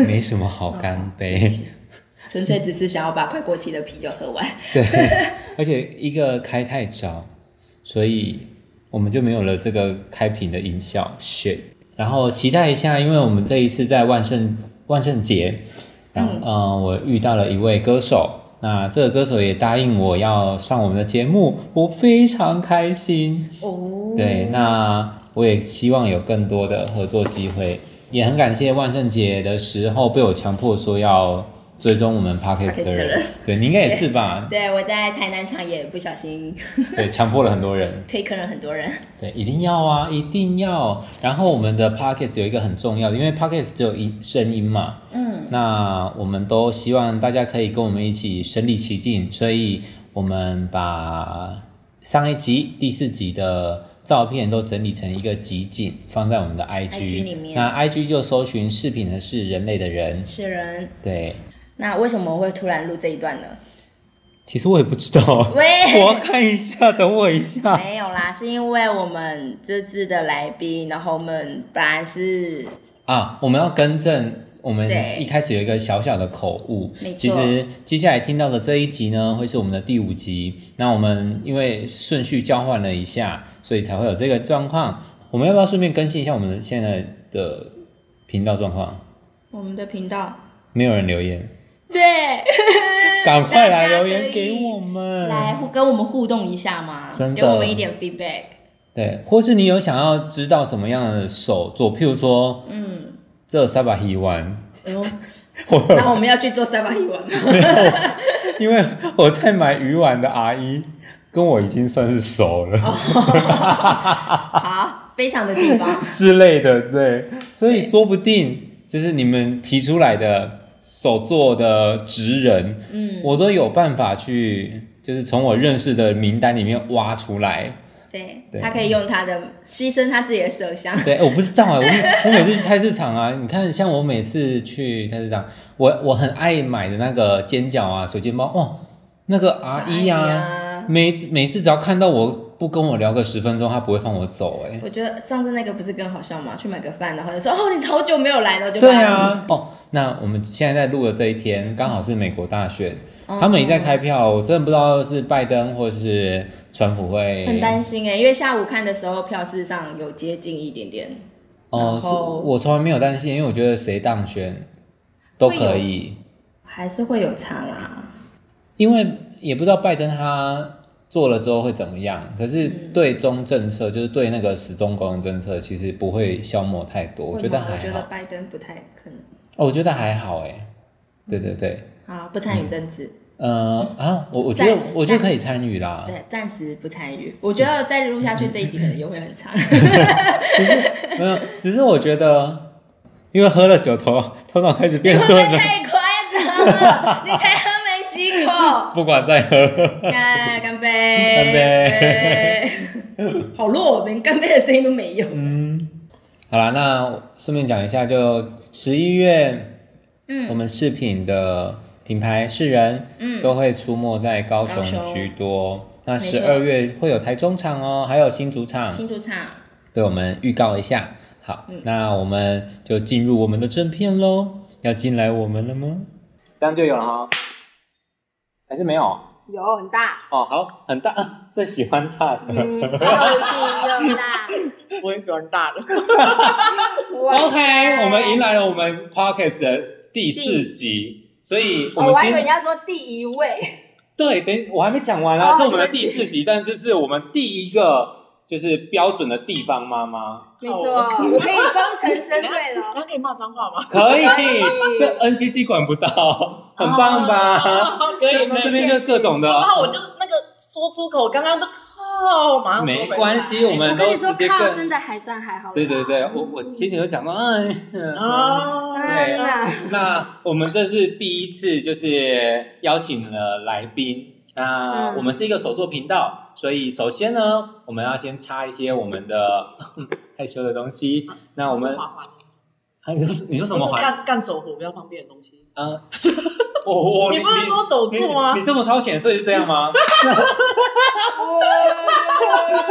也 没什么好干杯。 纯粹只是想要把快过期的啤酒喝完。对，而且一个开太早，所以我们就没有了这个开瓶的音效。shit，然后期待一下，因为我们这一次在万圣万圣节，然后、嗯、呃，我遇到了一位歌手，那这个歌手也答应我要上我们的节目，我非常开心。哦，对，那我也希望有更多的合作机会，也很感谢万圣节的时候被我强迫说要。追踪我们 podcast 的人，对你应该也是吧？对，我在台南场也不小心， 对，强迫了很多人，推坑了很多人。对，一定要啊，一定要。然后我们的 podcast 有一个很重要的，因为 podcast 只有一声音嘛，嗯，那我们都希望大家可以跟我们一起身临其境，所以我们把上一集第四集的照片都整理成一个集锦，放在我们的 IG, IG 里面。那 IG 就搜寻“饰品”的是人类的人，是人，对。那为什么会突然录这一段呢？其实我也不知道， 喂我要看一下，等我一下。没有啦，是因为我们这次的来宾，然后我们本来是啊，我们要更正，我们对一开始有一个小小的口误没。错其实接下来听到的这一集呢，会是我们的第五集。那我们因为顺序交换了一下，所以才会有这个状况。我们要不要顺便更新一下我们现在的频道状况？我们的频道，没有人留言，对，赶快来留大言家可给以我们。来互跟我们互动一下嘛，嗯真的给我们一点 feedback。对，或是你有想要知道什么样的手作，譬如说嗯，这三把鱼丸，哎呦，我 那我们要去做三八一 碗吗？因为我在买鱼丸的阿姨跟我已经算是熟了、哦好，非常的地方，之类的，对，所以说不定就是你们提出来的手作的职人，嗯，我都有办法去，就是从我认识的名单里面挖出来。对，对他可以用他的牺牲他自己的麝香，对，我不知道啊，我我每次去菜市场啊，你看，像我每次去菜市场，我我很爱买的那个煎饺啊、水煎包，哦，那个 阿姨阿姨啊啊，每每次只要看到我不跟我聊个十分钟，她不会放我走、哎，我觉得上次那个不是更好笑吗？去买个饭，然后就说哦，你好久没有来了，就对把你，啊，哦，那我们现在在录的这一天，刚好是美国大选，哦他们已经在开票，我真的不知道是拜登或是川普会很担心哎、因为下午看的时候票事实上有接近一点点，哦，然是后我从来没有担心，因为我觉得谁当选都可以，还是会有差啦。因为也不知道拜登他做了之后会怎么样，可是嗯对中政策、就是对那个时钟功能政策，其实不会消磨太多，我觉得会吗还我觉好得，拜登不太可能。哦，我觉得还好，哎，对对对。好，不参与政治，呃啊，我我觉得在我觉得可以参与啦，对，暂时不参与。我觉得再录下去这一集可能又会很 长。 没有，只是我觉得，因为喝了酒头，头脑开始变钝你了，太夸张了，你才喝没几口。不管再喝，干干干杯！干杯！好弱，连干杯的声音都没有。好啦，那顺便讲一下，就十一月，嗯，我们饰品的品牌世人，嗯都会出没在高高雄雄居多。那错十二月会有台中场哦，还有新竹场，新主场，对我们预告一下。好，那我们就进入我们的正片喽。要进来我们了吗？这样就有了哈，还是没有？有很大，哦，好，很大，啊最喜欢大的。嗯，很大，我也喜欢大 的。 OK，我们迎来了我们 Pocket 的第四集，所以我们今家说第一位，对，等我还没讲完啊，哦是我们的第四集，但这是我们第一个就是标准的地方妈 妈，没错，我可以功成身 退了。那可以骂脏话吗？可以，这 NCC 管不到，很棒吧？哦可以，可这以。边就各种的，然后我就哦那个说出口，刚刚都靠，马上收没回来关系，我们我都跟你直说，接靠，真跟。的还算还好。对对对，我我心里就讲到，哎，嗯哦，嗯呐， 那我们这是第一次，就是邀请了来宾。那嗯我们是一个手作频道，所以首先呢，我们要先插一些我们的 害羞的东西。那我们啊是滑滑还有你说什么就是环？ 干干手活比较方便的东西，呃，哦，你不是说守住吗你？你这么超前，所以是这样 吗？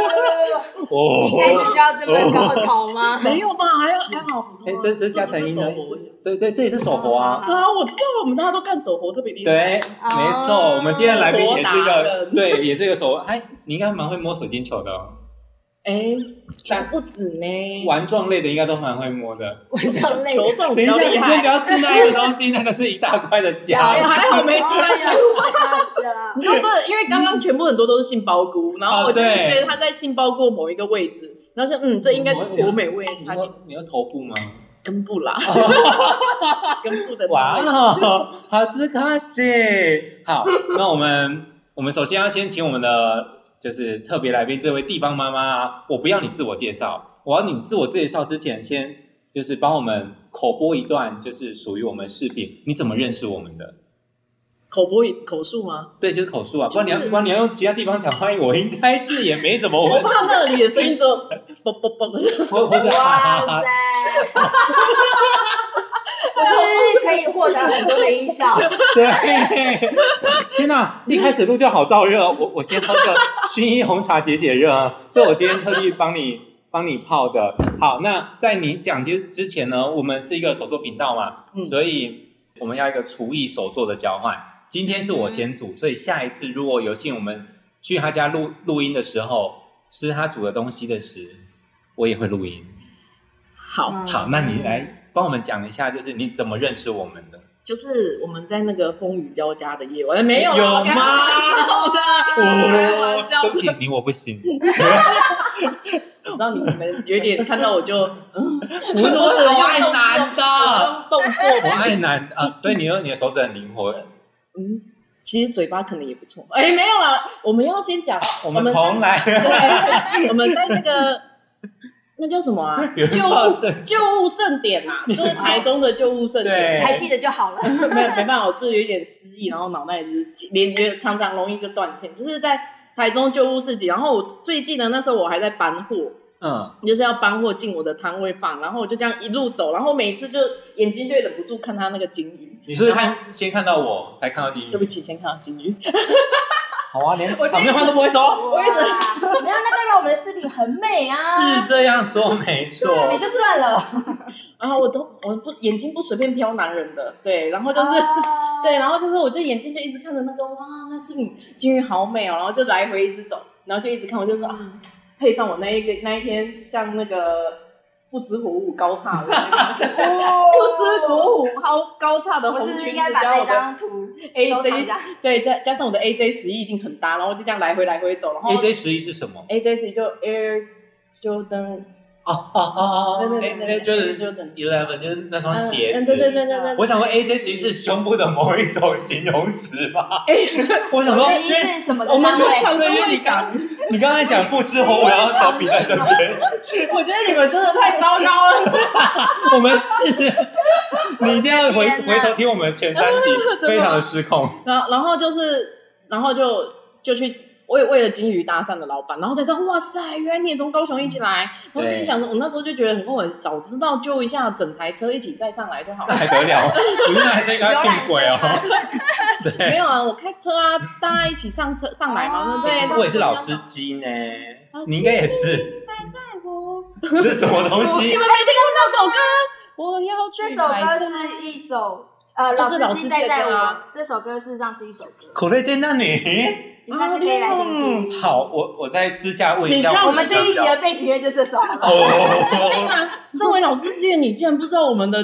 一开始哦，就要这么高潮吗？没有吧？还要还好，普哎通啊，这这是加藤不是鹰手的活，对对，这也是手活啊。对啊，我知道我们大家都干手活特别厉害。对，没错，哦我们今天来宾也是一活个，达人对，也是一个手，哎，你应该蛮会摸水晶球的哦，哎，其实但不止呢，玩状类的应该都蛮会摸的。我就累 球状等比一较下，厉你先不害。要吃那一个东西，那个是一大块的哎，夹。还好没吃到呀。了你。知道这，因为刚刚全部很多都是杏鲍菇，嗯然后我啊就是觉得它在杏鲍菇某一个位置，然后就嗯，这应该是国美味你餐厅要你要头部吗？根 部啦，根部的哇那个哦，好吃卡西！好，那我们我们首先要先请我们的就是特别来宾这位地方妈妈，我不要你自我介绍，我要你自我介绍之前先就是帮我们口播一段，就是属于我们视频你怎么认识我们的？口播口述吗？对，就是口述啊，不然你要就是不然你要用其他地方讲欢迎，我应该是也没什么我问怕那里的声音只有啵啵啵，我我只哈哈哇哈塞！我是可以获得很多的音 效，对，天哪！一开始录就好燥热，我我先喝个薰衣红茶解解热啊，这我今天特地帮你帮你泡的。好，那在你讲解之前呢，我们是一个手作频道嘛，嗯所以我们要一个厨艺手作的交换。今天是嗯我先煮，所以下一次如果有幸我们去他家录录音的时候，吃他煮的东西的时，我也会录音。好，好，那嗯你来帮我们讲一下，就是你怎么认识我们的？就是我们在那个风雨交加的夜晚，哎没有啦有我开玩吗笑的，开玩笑对的不。起，你我不 行。我知道你们有点看到我就，嗯，不是我只爱男的，我用动我作爱男的啊，所以你说你的手指很灵活。嗯，其实嘴巴可能也不错。哎，没有啦，我们要先讲，我我们们从来 在对， 我们在那个那叫什么啊？原救创是救物盛典啊，就是台中的救物盛典。还记得就好了。 没有没办法，我这有点失忆，然后脑袋就是连连常常容易就断线，就是在台中旧物市集。然后我最记得那时候我还在搬货，嗯，就是要搬货进我的摊位放，然后我就这样一路走，然后每次就眼睛就忍不住看他那个金鱼。你是不是看先看到我，才看到金鱼？对不起，先看到金鱼。好啊，连我场面话都不会说，我也是，没有，那代表我们的视频很美啊。是这样说没你错。就算了，然后我都我不眼睛不随便瞟男人的，对，然后就是。哦 对，然后就是我就眼睛就一直看着那个哇，那视频金鱼好美哦，然后就来回一直走，然后就一直看，我就说啊，嗯配上我那一个那一天像那个不知火舞高叉的那 个不知火舞高高叉的我红是不是裙应子该把加那我的张图哎收藏一 AJ，下对加加上我的 AJ 十一一定很搭，然后就这样来回来回走，然后 AJ 十一是什么？ AJ 十一就 Air Jordan，哦哦哦哦对对对对 a 对 Jordan Jordan， Eleven 就是那双嗯鞋嗯子对。对对对对，我想说，AJ 十一是胸部的某一种形容词吧？ 哎我想说，十因一为是什么我的们单有位？常对，因都为会你讲刚你刚才讲不知火舞，然后手比在这边。 我觉得你们真的太糟糕了。，我们是，你一定要回天哪回头听我们前三集真的吗非常的失控。然后然后就是，然后就就去为为了金鱼搭讪的老板，然后才知道哇塞，原来你也从高雄一起来。嗯我对自己想说，我那时候就觉得很后悔，早知道救一下整台车一起再上来就好那了。还得了？我觉得还是应该 浏览病鬼 啊哦。车没有啊，我开车啊，大家一起上车上啊来嘛，哦对不对对？哎我也是老司机呢老，司机你应该也是。这是什么东你 西？们没听过这首歌？我要这去首买歌车。是一首呃，就是老司司机机在的在歌我啊。这首歌事实上是一首歌，苦累电那你你哦下次可以来听听。好，我我再私下问一下你让我我们的这小一集脚的。背景乐就是这首。竟 哦，然，哎身为老司机的你，竟然不知道我们的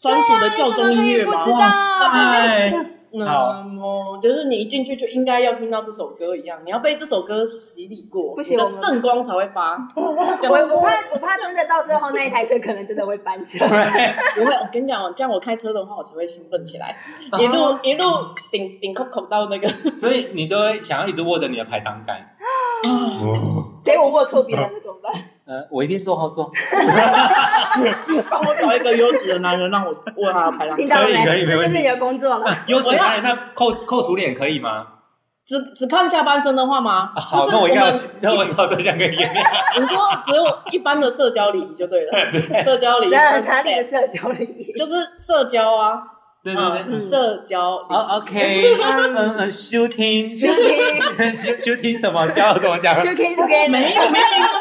专属的教宗音乐吗？对啊你怎么可以不知道哇塞！那么就是你一进去就应该要听到这首歌一样，你要被这首歌洗礼过，不行你的我们圣光才会发。 我我怕我怕真的到最后那一台车可能真的会翻车。不会，我跟你讲，哦这样我开车的话，我才会兴奋起来，一哦路一路顶顶扣扣到那个。所以你都会想要一直握着你的排挡杆。哦结果握错别人了怎么 办？呃，我一定坐后座。帮我找一个优质的男人，让我握他的排挡听。到了可以可以没？没这问就题是你的工作嗯嘛。优质男人，那扣扣除脸可以吗？只只看下半身的话吗？啊好就，是那我应该要们去，那我以后都想 跟你一样。你说只有一般的社交礼仪就对了，社交礼仪然后哪里的社交礼仪？就是社交啊，对对呃嗯对。社交领域哦，OK，嗯嗯，shooting，shooting Shooting shooting 什么教我怎么讲 shooting together，没有，明明就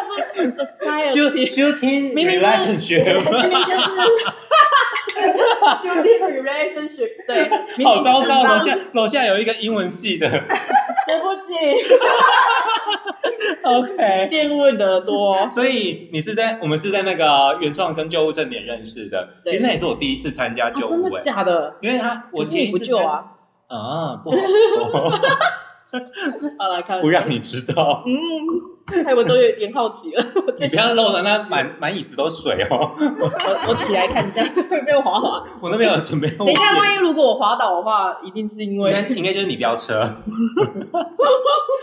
是 society， ？shooting 明明就是 relationship，明明就是 就 relationship，对，明好明糟糕！楼就是下楼下有一个英文系的 对不起， ，OK。玷污你的耳 朵，所以你是在我们是在那个原创跟救护盛典认识的，其对实那也是我第一次参加啊救护、真的欸假的？因为他我可是你不第一次救参啊？啊，不好 说，好来看，不让你知道，嗯，哎，我都有点好奇了，我你这不要漏了，那满满椅子都水 哦。我我起来看一下， 会不会滑 滑？我那边有准备物等品，一下，万一如果我滑倒的话，一定是因应该为应该就是你飙 车。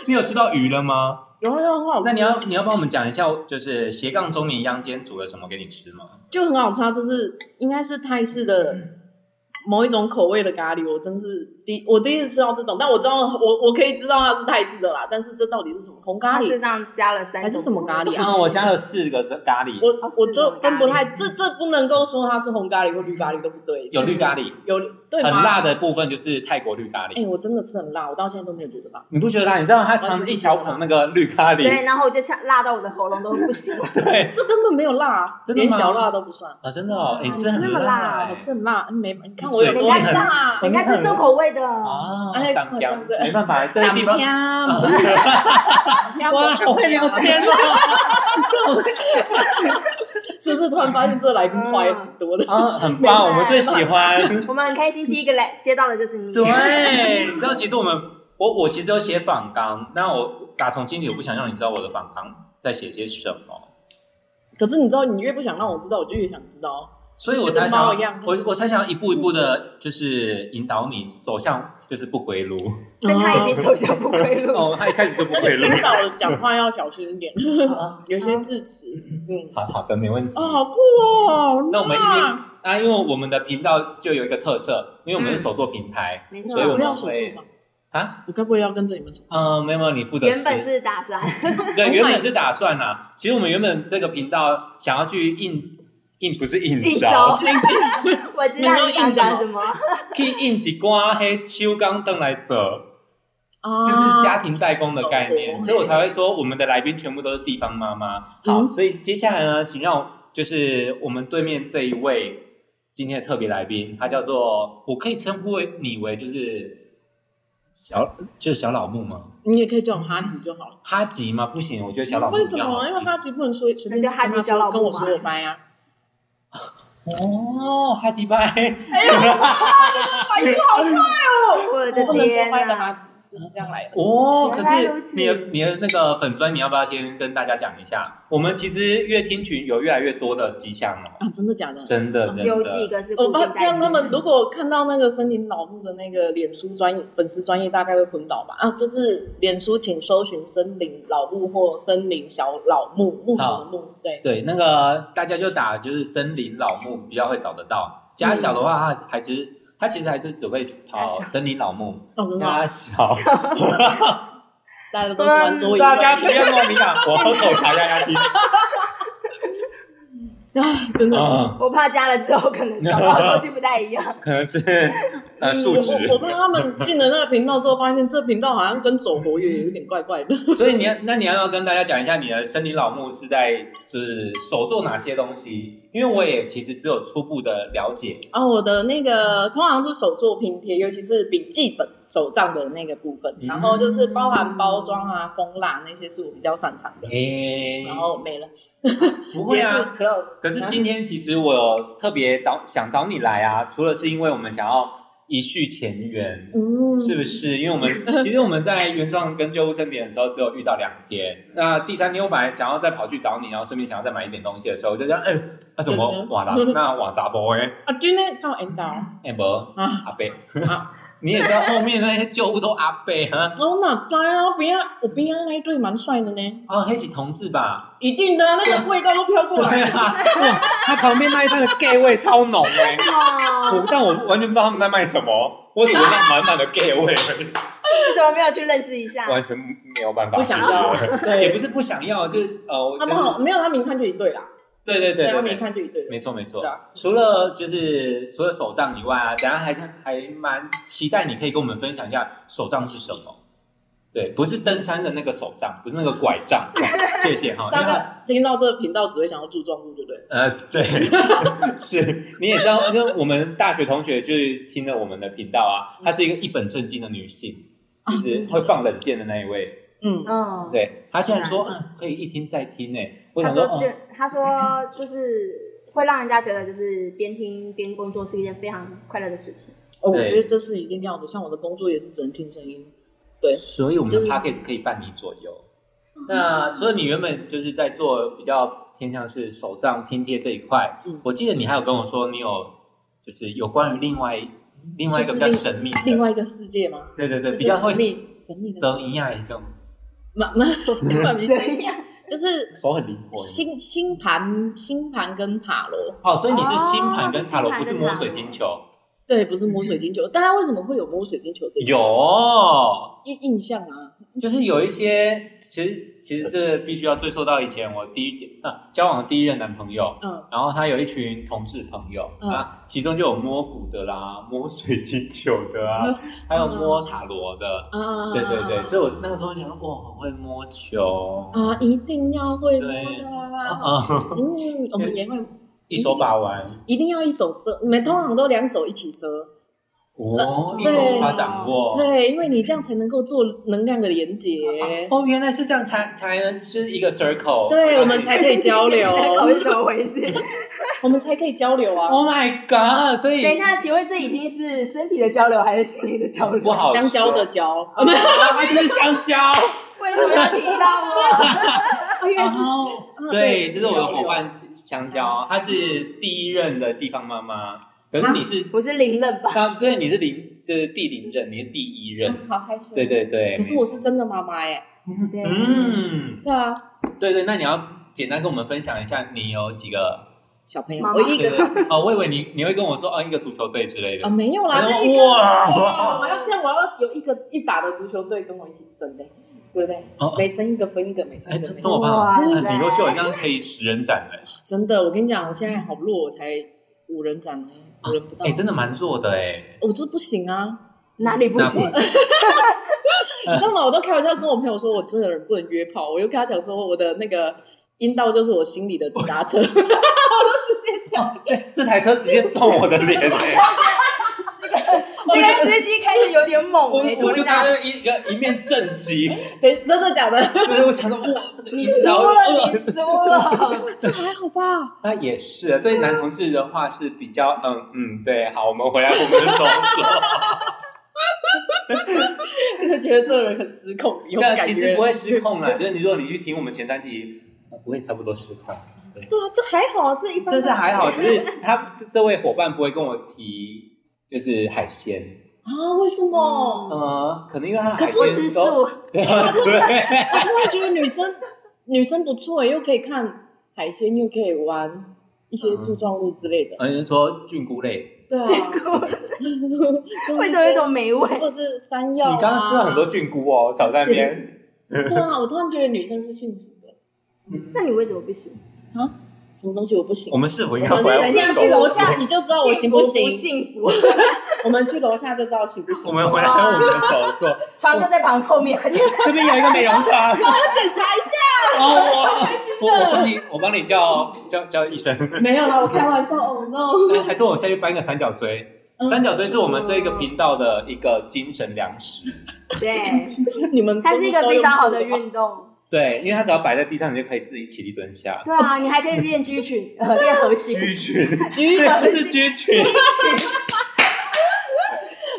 你有吃到鱼了吗？然后的话，那你要你要帮我们讲一下，就是斜杠中年央今天煮了什么给你吃吗？就很好吃啊，就是应该是泰式的某一种口味的咖喱，我真是第我第一次吃到这种，但我知道我我可以知道它是泰式的啦，但是这到底是什么红咖它喱是？上加了三种还是什么咖喱啊啊，我加了四个咖喱，我哦是我就分不太，红咖喱这这不能够说它是红咖喱或绿咖喱都不对，有绿咖喱，有对很吗？辣的部分就是泰国绿咖喱。哎、我真的吃很辣，我到现在都没有觉得辣。你不觉得辣？你知道他尝一小口那个绿咖喱对，然后我就呛辣到我的喉咙都不行了。这根本没有辣，啊真的吗连小辣都不算。啊，真的哦，哎，你真的吃很那么辣辣我哎吃很辣，嗯没你看 我有你多嘴很辣，人家是重口味的，啊哎，当这家样子没办法，这个地方 呀，啊哇，好会聊 天哦！ 是不是突然发现这来宾话也挺多的？啊，很没办棒，法我们最喜 欢。 我们很开心。第一个来接到的就是你，对，你知道，其实我们，我我其实有写访纲，那我打从心里我不想让你知道我的访纲在写些什么，可是你知道，你越不想让我知道，我就越想知道。所以我才就跟想猫要一样，我我才想要一步一步的，就是引导你走向就是不归路。但他已经哦走向不归 路。 哦，他一开始就不那个归路。领导的讲话要小心一 点，啊 有些字词，嗯，好哎好的，没问题。哦，好酷哦。那我们一定定，那因为我们的频道就有一个特色，因为我们是手作平台，没错所以我我们要手做会吧？啊，我该不会要跟着你们手？嗯，没有没有，你负责原吃本是打算，对， Oh 原 my 本是打算啦、其实我们原本这个频道想要去应应不是应应招，招我知道你想讲什么，去应几瓜黑秋刚灯来走，啊就是家庭代工的概念，手所以我才会说我们的来宾全部都是地方妈妈。好，嗯所以接下来呢，请让我就是我们对面这一位今天的特别来宾，他叫做我可以称呼为你为就是小就是小老木吗？你也可以叫我哈吉就好了。哈吉吗？不行，我觉得小老木为比什较好么？因为听。哈吉不能说随便那就哈吉小老婆嘛跟我说我掰啊！哦，哈吉拜。我我不的能说天啊掰的哪！哈吉，就是这样来的。哦，可原来如是此你的你的那个粉砖，你要不要先跟大家讲一下？我们其实乐听群有越来越多的迹象哦，啊，真的假的？真的真有几的。个是我固怕定这在样，他们如果看到那个森林老木的那个脸书专业粉丝专业，大概会昏倒吧？啊，就是脸书请搜寻森林老木或森林小老木木头的木，对，对，那个大家就打就是森林老木比较会找得到，加小的话，它还是它其实还是只会跑嗯加小森林老木，哦，很好，加小。 大家都喜欢周嗯一，大家不要乱迷啊！我喝口茶压压 惊。 哎，真的，嗯，我怕加了之后可能找到的东西不太一样。可能是嗯呃 数值我我。我怕他们进了那个频道之后，发现这频道好像跟手活跃有点怪怪的。 所以你要，那你要不要跟大家讲一下你的森林老木是在就是手做哪些东西？因为我也其实只有初步的了解。啊，我的那个通常是手做拼贴，尤其是笔记本手账的那个部分，嗯然后就是包含包装啊、封蜡那些是我比较擅长的。诶、然后没了，嗯不会结束啊。 close。可是今天其实我有特别找想找你来啊，除了是因为我们想要一续前缘，嗯，是不是？因为我 们其实我们在原创跟救护生点的时候只有遇到两天，那第三天我本来想要再跑去找你，然后顺便想要再买一点东西的时候，我就想，哎、那、怎么嗯瓦达那瓦杂波哎？啊，今天叫 end 啊，哎、不，啊阿贝，你也知道后面那些旧物都阿贝啊，我哪知啊？不要，我不要那一对蛮帅的呢，哦，黑起同志吧？一定的啊，那个味道都飘过来。啊，哇，他旁边那一摊的 gay 味超浓哎、 哦，我但我完全不知道他们在卖什么，我只闻到满满的 gay 味，你怎么没有去认识一下？完全没有办法，不想要， 也对，不是不想要，就是呃，他就是们好没有，他们一看就一对啦。对对对他对们一对，看就一对的。没错没错对啊。除了就是除了手账以外啊，等一下还想还蛮期待你可以跟我们分享一下手账是什么。对，不是登山的那个手杖，不是那个拐 杖，谢谢哈。因大为它家听到这个频道只会想要住重物，对不对？呃， 对，是，你也知道，因为我们大学同学就是听了我们的频道啊，她是一个一本正经的女性，哦就是会放冷箭的那一位。嗯，嗯，对，她竟然说，嗯，可以一听再听呢。我他想说哦就他说就是会让人家觉得就是边听边工作是一件非常快乐的事情。哦我对觉得这是一定要的。像我的工作也是只能听声音，所以我们的就是嗯 podcast 可以伴你左右。那除了你原本就是在做比较偏向是手账拼贴这一块嗯，我记得你还有跟我说，你有就是有关于另外另外一个比较就是神秘的，另外一个世界嘛，对对就对，是比较会啊神秘神秘的，手一样一种 蛮蛮蛮迷信，啊就是手很灵活。星星盘星盘跟塔罗。哦，所以你是哦星盘跟是塔罗，星盘不是跟摸塔水罗晶球。对，不是摸水晶球，嗯大家为什么会有摸水晶球的有，印印象啊？就是有一些，其实其实这必须要追溯到以前我第一届啊交往的第一任男朋友，嗯，然后他有一群同志朋友、嗯啊，其中就有摸骨的啦，摸水晶球的嗯啊，还有摸塔罗的，啊，对对对，所以我那个时候想说，哇，很会摸球，啊，一定要会摸对的啊！啊，嗯，我们也会，一手把玩，一定要一手遮，你们通常都两手一起遮，哦，一嗯对手把掌握，对，因为你这样才能够做能量的连接，哦，原来是这样才才能是一个 circle， 对然后我们是才可以交 流这，个口哦是怎么回事？ 我们才可以交流啊， Oh my god！所以等一下，请问这已经是身体的交流还是心理的交流？不好说香 蕉的蕉， 啊，啊，这是香蕉。为什么要提到我？应该然是后啊哦对，对这是我的伙伴香蕉，她是第一任的地方妈妈，可是你是 不是零任吧？她对你是零，就是第零任，你是第一任，嗯好开心，对，对对可。是我是真的妈妈耶，对，嗯，对啊，对对，那你要简单跟我们分享一下，你有几个？小朋友，妈我妈一对个对对哦，我以为你你会跟我说哦，一个足球队之类的 啊，。没有啦，没就有一个， 哇哇我要这样，我要有一个一打的足球队跟我一起生的，对不对哦？每生一个分一个，每生哎，一这个，这每生一么个棒啊，哇塞很优秀，你这样可以十人斩嘞。真的，我跟你讲，我现在好弱，我才五人斩呢，五人不到哎，，真的蛮弱的哎。我就是不行啊。哪里不行？你知道吗？我都开玩笑跟我朋友说，我这个人不能约炮。我又跟他讲说，我的那个阴道就是我心里的直达车。我都直接讲，这台车直接撞我的 脸欸这个司机开始有点猛我哎、怎我么就会当打？成一个一面正 极，对，真的假的？ 就是我想说，哇，这个你一输刀了，你输了。这还好吧？那也是对男同志的话是比较，嗯嗯，对，好，我们回来我们的走 走。就觉得这个人很失控，有那感其实觉不。会失控啦，就是你如果你去听我们前三集，我也差不多失控。对啊，这还好啊，这一般。这是还好，只是他这这位伙伴不会跟我提就是海鲜，啊？为什么？呃，可能因为他的海嗯可是我吃鲜都素， 对对， 我突然觉得女生女生不错，欸又可以看海鲜，又可以玩一些柱状物之类的。嗯，就是说菌菇类，对啊，为为什么有一种霉味？或者是山药、啊。你刚刚吃了很多。菌菇哦，早在那边。对啊，我突然觉得女生是幸福的。那你为什么不行？什么东西我不行我？们是 否应该可是回来等一下问去楼我下你就知道我行幸福行不。幸 福，我们去楼下就知道行 不行。我们回来我们的手座，床就在旁后面，快点 这边有一个美容床，帮我检查一下。哦，开心嗯我我我帮你，我帮你叫叫叫医生， 没有啦，我开玩笑。哦 no。哎还是我下去搬个三角锥。嗯三角锥是我们这个频道的一个精神粮食， 对， 你们它是一个非常好的运。运动。对，因为它只要摆在地上，你就可以自己起立蹲下。对啊，你还可以练肌群，呃，练核 心。居群，鱼对，它 是居群，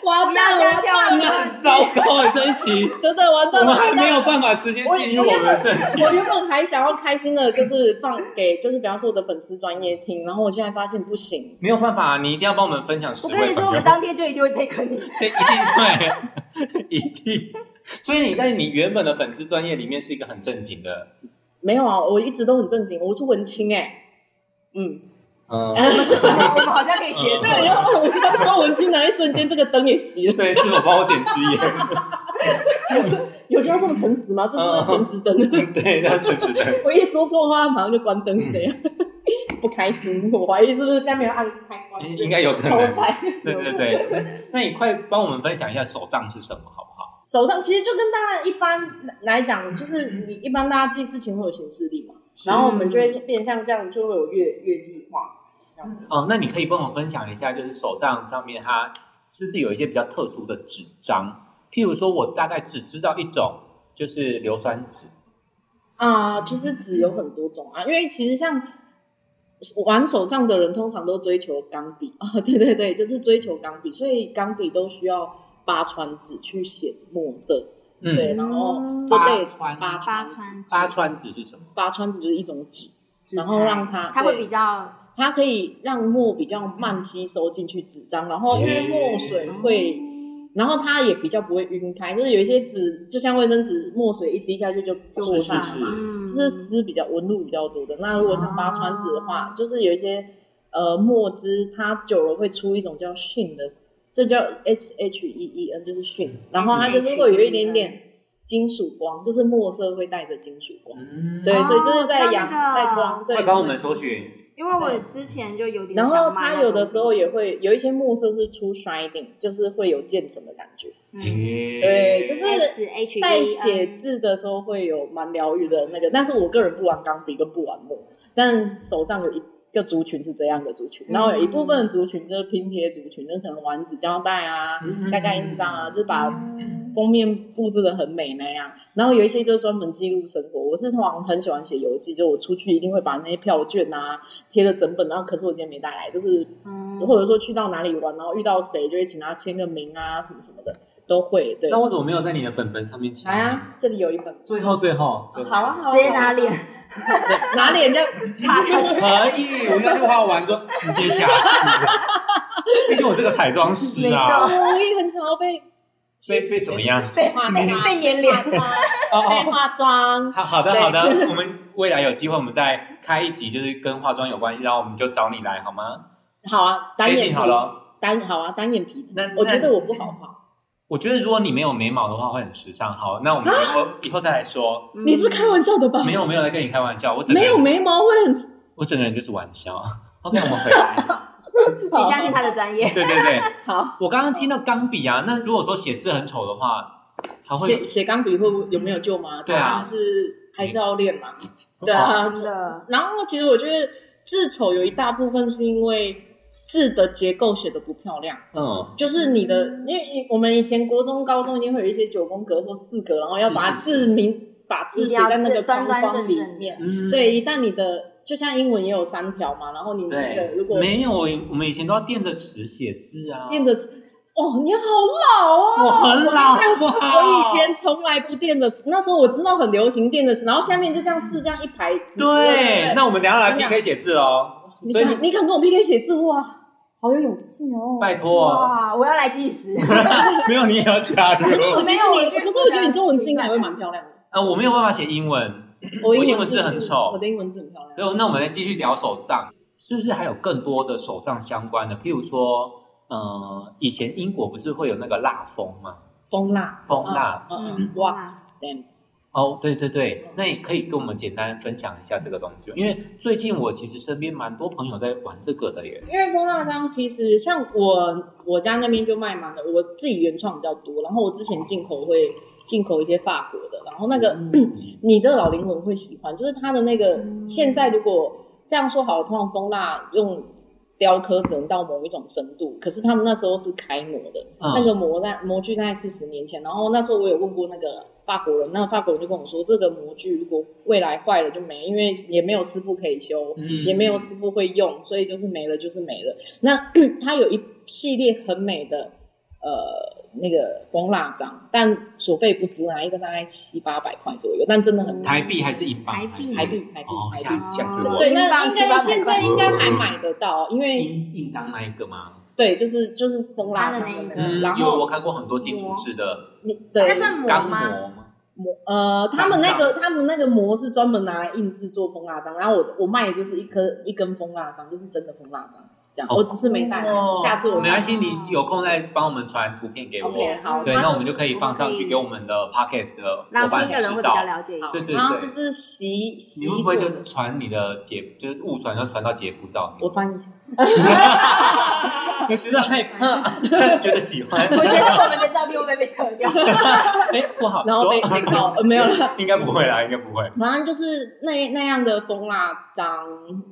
完蛋了，完蛋了，很糟糕啊的这一集， 真的完我蛋了。们还没有办法直接进入我们的正题。 我原本还想要开心的，就是放给，就是比方说我的粉丝专业听，然后我现在发现不行，没有办法，啊你一定要帮我们分享十我位跟你朋说，友我们当天就一定会 take 你。对， 一定会，一定。所以你在你原本的粉丝专业里面是一个很正经的，没有啊，我一直都很正经，我是文青哎、嗯，嗯，我哦 们我们好像可以接受这。个你要问我刚说文青哪一瞬间，这个灯也熄了， 对，是否帮我点支烟？ 有需要这么诚实吗？这是不是诚实灯。对，让陈志灯。 我一说错话，马上就关灯，这样。不开心，我怀疑是不是下面有按开关，应应该有可能偷菜。对对对，那你快帮我们分享一下手账是什么好不好？手上其实就跟大家一般来讲，就是你一般大家记事情会有行事历嘛，然后我们就会变相这样，就会有月月计划。哦，那你可以帮我分享一下，就是手账上面它是不是有一些比较特殊的纸张？譬如说，我大概只知道一种，就是硫酸纸。啊、其实纸有很多种啊，因为其实像玩手账的人，通常都追求钢笔 啊，对对对，就是追求钢笔，所以钢笔都需要八川纸去写墨色，嗯对，然后这类八川八哦发川纸穿八川纸是什么？八川纸就是一种纸，纸然后材让它它会对比较它可以让墨比较慢吸收进去纸张，然后因为墨水哦会，然后它也比较不会晕开，就是有一些纸就像卫生纸，墨水一滴下去就扩散是嘛，嗯，啊就是丝比较纹路比较多的。那如果像八川纸的话，就是有一些呃墨汁，它久了会出一种叫蕈的，这叫 S H E E N，就是嗯蕈，然后它就是会有一点 E 点金属光，就是墨色会带着金属光。嗯，对，所以就是哦在像阳那个在光，对，快帮我们搜寻。因为我之前就有点然后想买那它种有的时候也会有一些墨色是出 shining，就是会有渐层的感觉。嗯对对，就是 S H 在写字的时候会有蛮疗愈的那个，但是我个人不玩钢笔跟不玩墨，但手账有一个族群是这样的族群，然后有一部分的族群就是拼贴族群，就是可能玩纸胶带啊、嗯盖盖印章啊，就是把封面布置的很美那样。然后有一些就专门记录生活，我是通常很喜欢写游记，就我出去一定会把那些票券啊贴的整本，然后可是我今天没带来，就是嗯或者说去到哪里玩，然后遇到谁就会请他签个名啊什么什么的都会。对，那我怎么没有在你的本本上面签？来啊，这里有一本。最后最后，最后好啊，好啊直接拿脸，拿脸就擦下去，可以，我那句话完就直接 下。毕竟我这个彩妆师啊，没我也很想要被被被怎么样？被化妆、被粘脸，哦被哦，化妆。好好的好的，我们未来有机会我们再开一集，就是跟化妆有关系，然后我们就找你来好吗？好啊，单决眼定皮好了。单好啊，单眼皮那那。我觉得我不好画。我觉得如果你没有眉毛的话会很时尚。好，那我们以后以后再来说。 你是开玩笑的吧？没有没有在跟你开玩笑，我整个没有人眉毛会很我整个人就是玩笑。OK，我们回来。请相信他的专业。对对对， 好。我刚刚听到钢笔啊，那如果说写字很丑的话，还写会写钢笔会不会有没有救吗？对啊当然是还是要练嘛。对啊， 真的，然后其实我觉得字丑有一大部分是因为字的结构写的不漂亮。嗯，就是你的，因为我们以前国中、高中一定会有一些九宫格或四格，然后要把是是字明把字写在那个框框里面。嗯对，一旦你的就像英文也有三条嘛，然后你那个对，如果没有，我们以前都要垫着尺写字啊，垫着，哦，你好老哦，我很老，啊我好不好？我以前从来不垫着尺，那时候我知道很流行垫着尺，然后下面就这样字这样一排直直的对，那我们等一下来我想 PK 写字哦，你所以你敢你敢跟我 PK 写字哇，好有勇气哦！拜托，哇，我要来计 时，没有你也要加入可。是我觉没有得我你，觉得可是我觉得你中文字应该也会蛮漂亮的。呃，我没有办法写英文，我英英文文字很丑我的英文字很漂所亮。以那我们再继续聊手账，是不是还有更多的手账相关的？譬如说，呃，以前英国不是会有那个蜡封吗？蜂蜡，蜂蜡，嗯嗯嗯，wax stamp，哦，对对对，那你可以跟我们简单分享一下这个东西吗，因为最近我其实身边蛮多朋友在玩这个的耶。因为蜂蜡章其实像我我家那边就卖满了，我自己原创比较多，然后我之前进口会进口一些法国的，然后那个、 你这个老灵魂会喜欢，就是它的那个、现在如果这样说好了，通常蜂蜡用。雕刻只能到某一种深度，可是他们那时候是开模的，嗯那个模在模具大概四十年前，然后那时候我有问过那个法国人，那个法国人就跟我说，这个模具如果未来坏了就没，因为也没有师傅可以修，嗯也没有师傅会用，所以就是没了就是没了。那 它有一系列很美的呃那个光蜡章，但所费不值啊，一个大概七八百块左右，但真的很嗯台币还是银镑？台币还是台币台币哦，台吓币。死吓死我！对，英那镑应该700-800现在应该还买得到，因为印印章那一个吗？对，就是就是蜂蜡章的那它的那个，嗯然，因为我后嗯看过很多金属制的你对那算膜钢吗？模嘛，模，呃，他们那个他们那个膜是专门拿来印制做蜂蜡章，然后我我卖的就是一颗一根蜂蜡章，就是真的蜂蜡章，这样，好我只是没带来，下次我哦没关系，你有空再帮我们传图片给我。 OK 好，对，然后那我们就可以放上去给我们的 podcast 的伙让伴听的人会知比较道。了解一好点。对对然后对就是洗洗你会衣不做会的就，传你的姐，就是误传，就传到姐夫照片？我翻译一下，我 觉得害怕， 但觉得喜欢。 我觉得我们的照片会不会被撤掉？哎，不好然后说被，被 告，呃，没有啦，应该不会啦，应该不会。反正就是那那样的蜂蜡章，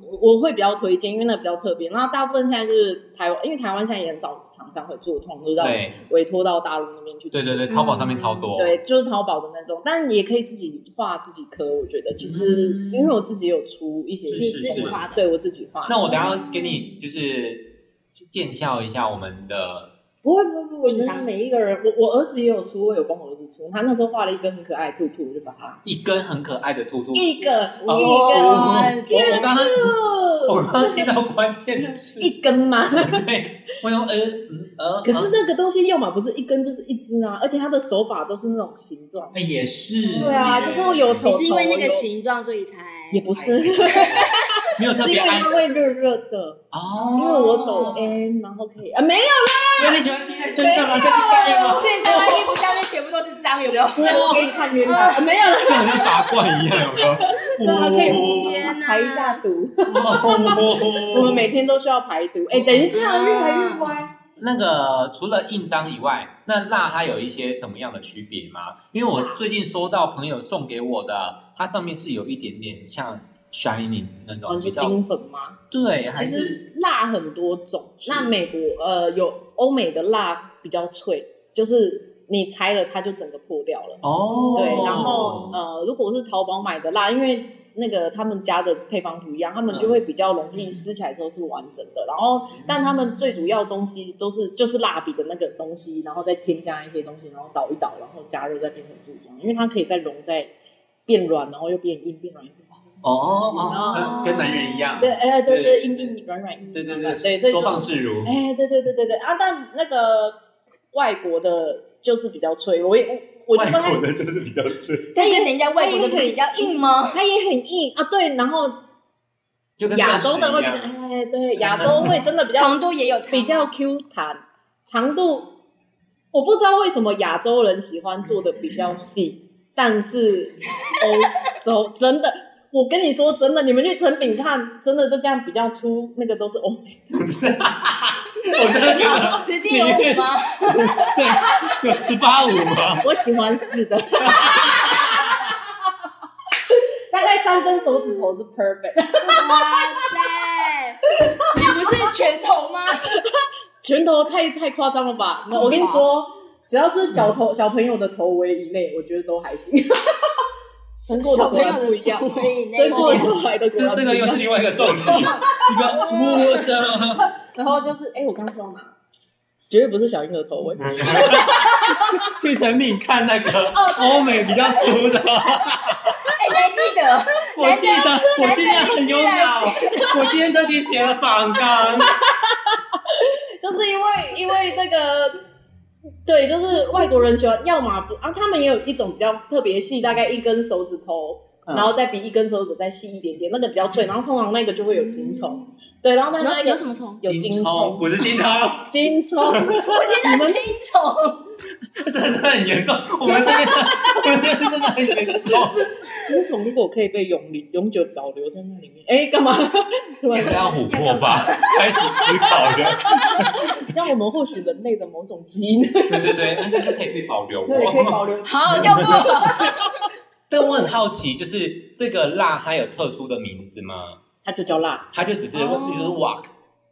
我我会比较推荐，因为那比较特别。那大部分现在就是台湾，因为台湾现在也很少厂商会做，通常都到对委托到大陆那边去做。对对对，淘宝上面超多。嗯对，就是淘宝的那种，但也可以自己画自己刻。我觉得其实、嗯因为我自己有出一些是你自己是画的，对我自己画。那我等一下给你就是见笑一下我们的，不会不会不会，我印觉得章每一个人，我我儿子也有出，我有帮我儿子出，他那时候画了一个很可爱的兔兔，我就把它一根很可爱的兔兔。一个、哦一我我刚刚个我兔。刚刚听到关键词，哦一根吗？哦对，我想说呃嗯呃，可是那个东西要么不是一根就是一只啊，而且它的手把都是那种形状。哎也是，对啊，耶就是我有头，你是因为那头个有形状，所以才也不是， 是没有特因别为爱它会热热的，哦，因为我抖 M，然后可以啊，没有原来你喜欢滴在身上啊吗？这个概吗？ 现在他衣服下面全部都是 脏，有没有？哦那我给你看原来、啊、没有了，就好像拔罐一样，有没有？对啊，可哦天以哪排一下毒。哦我们每天都需要排毒。哎，等一下，啊越来越歪。那个除了印章以外，那蜡它有一些什么样的区别吗？因为我最近收到朋友送给我的，它上面是有一点点像 shining 那种哦，你比说较金粉吗？对，还其是实辣很多种，是那美国呃有欧美的辣比较脆，就是你拆了它就整个破掉了。哦，对，然后呃，如果是淘宝买的辣，因为那个他们家的配方不一样，他们就嗯会比较容易撕起来的时候是完整的。然后，但他们最主要东西都是就是蜡笔的那个东西，然后再添加一些东西，然后倒一倒，然后加热再变成柱状，因为它可以再融再变软，然后又变硬，变软又变硬。哦哦，跟跟男人一样，对，哎、对，就是对硬硬软软硬硬对对软软对，对，所以收就放是自如，哎，对对对对对啊！但那个外国的就是比较脆，我也我我就说外它国的就是比较脆，但是人家外国的不是比较硬吗？它也很硬啊，对，然后就跟亚钻石洲的会一比较，样，哎，对，亚洲会真的比较长度也有差，比较 Q 弹，长度我不知道为什么亚洲人喜欢做的比较细，但是欧洲真的，我跟你说真的，你们去成品看，真的就这样比较粗，那个都是欧美。我真的觉得 直接有 五吗？有十八五 吗？我喜欢四的，大概三根手指头是 perfect，哇 塞，你不是拳头吗？拳头太太夸张了吧？那我跟你说，只要是小头小朋友的头围以内，我觉得都还 行。成果的小果朋友然的不一样，头围以内生过出来的果然这这不一个又是样。另外一个重击，一个我的。然后就是，哎，我刚说到哪？绝对不是小婴儿头围， 去成品看那个哦欧美比较粗 的，哎，你还记得？ 我记得我今天很有脑，我今天特地写了仿纲。就是因为因为那个，对，就是外国人喜欢，要么不啊，他们也有一种比较特别细，大概一根手指头，嗯然后再比一根手指再细一点点，那个比较脆，然后通常那个就会有金虫，对，然后但是那个么虫？ 有金虫，不是金葱，金虫，我听到青虫，这 真的很严重。我们这边 我们这边真的很严重。金虫如果可以被永离永久保留在那里面，哎，干嘛？突然不要琥珀 吧，开始思考的。这样我们或许人类的某种基因，对对对，应该可以被保留。哦对，可 以保留。好掉过 了。但我很好奇，就是这个蜡它有特殊的名字吗？它就叫蜡，它就只是哦就是 wax，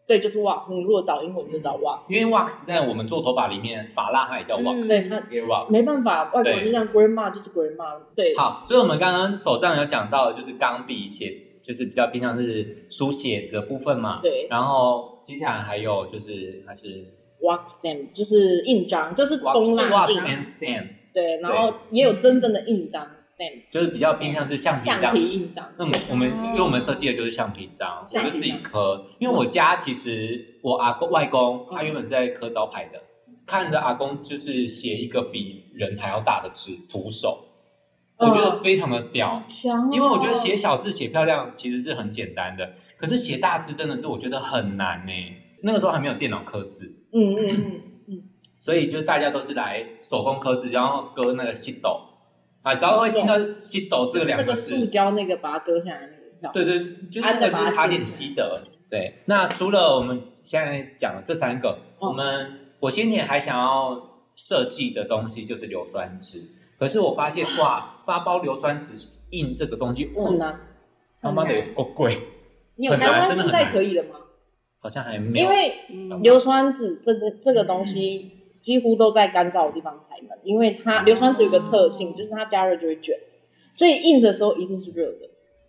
对，就是 wax。你如果找英文就找 wax，因为 wax 在我们做头发里面，发蜡它也叫 wax，对它 hair wax。没办法，外国人就像 grandma 就是 grandma，对，好，所以我们刚刚手账有讲到，就是钢笔写，就是比较偏向是书写的部分嘛。对然后接下来还有就是还是 wax stamp 就是印章，这是 wa- 东蜡 wash 印， and stamp，对，然后也有真正的印章 stamp 就是比较偏向是橡皮橡章。皮印章，那么我们哦因为我们设计的就是橡皮章，我橡皮就章自己刻。因为我家其实我阿公外公他原本是在刻招牌的，看着阿公就是写一个比人还要大的纸徒手，我觉得非常的屌。嗯强哦因为我觉得写小字写漂亮其实是很简单的，可是写大字真的是我觉得很难呢、那个时候还没有电脑刻字，嗯嗯嗯，所以就大家都是来手工刻字，然后割那个西斗啊，只要会听到西斗这就是那两个塑字，胶那个把它割下来那个票，对对，就是那个就是塔点西德。对，那除了我们现在讲的这三个，嗯我们我先前还想要设计的东西就是硫酸纸，可是我发现哇，发包硫酸纸印这个东西，哇很，难。他妈的有够贵，你有很难拿它真的现很在难可以了吗？好像还没有。嗯因为硫酸纸这个这个东西几乎都在干燥的地方才能，因为哦它硫酸纸有个特性，就是它加热就会卷，所以硬的时候一定是热的，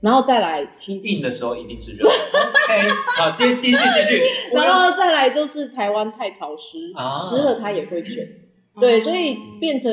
然后再来其硬的时候一定是热的。OK，好， 继继续继续。我然后再来就是台湾太潮湿，啊湿了它也会卷，哦对，所以变成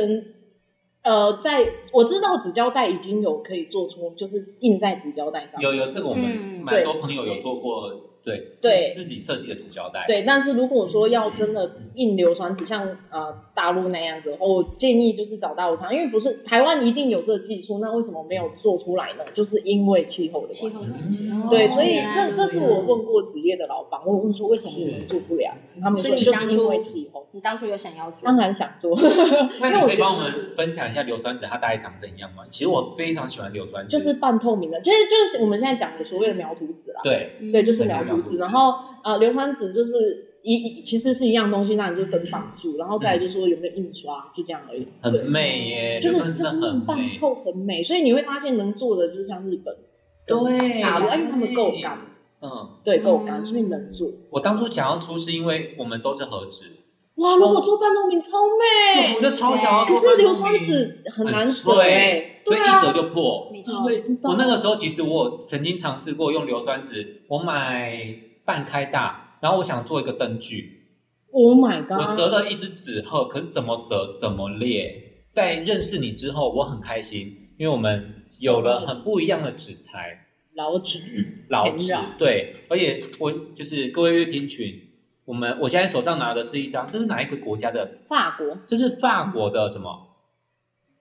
呃，在我知道纸胶带已经有可以做出，就是印在纸胶带上，有有这个，我们嗯蛮多朋友有做过，对对自自己设计的纸胶带。对，但是如果说要真的印硫酸纸，像呃大陆那样子的话，我建议就是找大陆厂，因为不是台湾一定有这个技术，那为什么没有做出来呢？就是因为气候的气关候系。的关系嗯。对，哦所以原来这如这此是我问过职业的老板，我有问说为什么你们做不了，他们所说以你就是当因初为气候。你当初有想要嗯做当？然想做，因那为你我可以觉帮我得们分享一下硫酸纸它大概长怎样吗？其实我非常喜欢硫酸纸，就是半透明的，其实就是我们现在讲的所谓的描图纸啦。对嗯对，就是对描就是描图图纸。纸然后呃，硫酸纸就是一一其实是一样东西，那你就等绑住，然后再来就说有没有印刷，就这样而已。嗯很对，美耶，就真是的就是很弄棒美。透很美，所以你会发现能做的就是像日本，对，大陆，因为他们够干，嗯，对，够干，所以能做。我当初想要出是因为我们都是和纸，哇，如果做半透明超美嗯我，就哦哎超啊想要可做半透明。是硫酸纸很难折很脆哎，所以对一折啊，就破。没错，我知道我那个时候其实我有曾经尝试过用硫酸纸，我买半开大，然后我想做一个灯具， ，Oh my 我 god，折了一只纸鹤，可是怎么折怎么裂。在认识你之后，我很开心，因为我们有了很不一样的纸材，老纸老纸很绕对，而且我就是各位乐听群，我们我现在手上拿的是一张，这是哪一个国家的？法国这是法国的什么？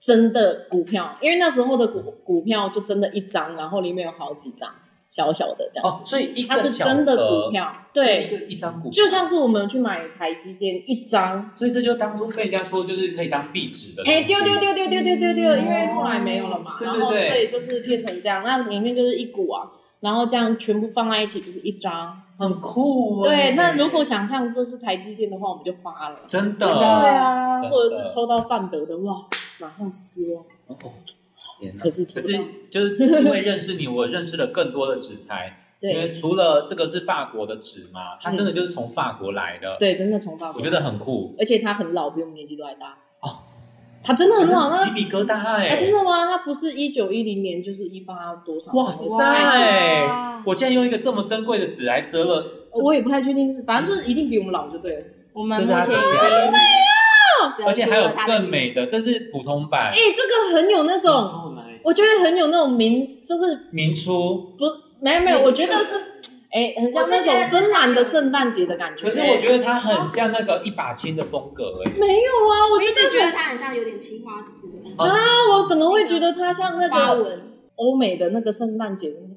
真的股票，因为那时候的股股票就真的一张，然后里面有好几张小小的这样，哦，所以一它个是小真的股票，是一对，个一张股票，就像是我们去买台积电一张，所以这就当初被人家说就是可以当壁纸的东西，哎，丢丢丢丢丢丢丢丢，因为后来没有了嘛，嗯对然对后对所以就是变成这样，那里面就是一股啊。然后这样全部放在一起就是一张，很酷、欸。对。那如果想象这是台积电的话，我们就发了。真对的，啊，真的或者是抽到范德的哇，马上失望。哦天哪可是可抽不是到，就是因为认识你，我认识了更多的纸材。因为 对除了这个是法国的纸嘛，它真的就是从法国来的。，嗯对，真的重到。我觉得很酷，而且他很老，比我们年纪都还大。哦，他真的很老，真的是鸡他皮疙瘩哎、哎、真的吗？他不是一九一零年就是一八多少？哇塞哇！我竟然用一个这么珍贵的纸来折了，我也不太确定，反正就是一定比我们老就对了。我们这目是他前已的经结论啊而而且还有更。美的，这是普通版哎、这个很有那种，我觉得很有那种民，就是明初。不没有没有，民我觉得是哎、很像那种芬兰的圣诞节的感觉。可是我觉得它很像那个一把青的风格哎、没有啊，我我一真直的觉觉得得它很像有点青花瓷的感觉，啊，我怎么会觉得它像那花个纹。欧美的那个圣诞节的那个？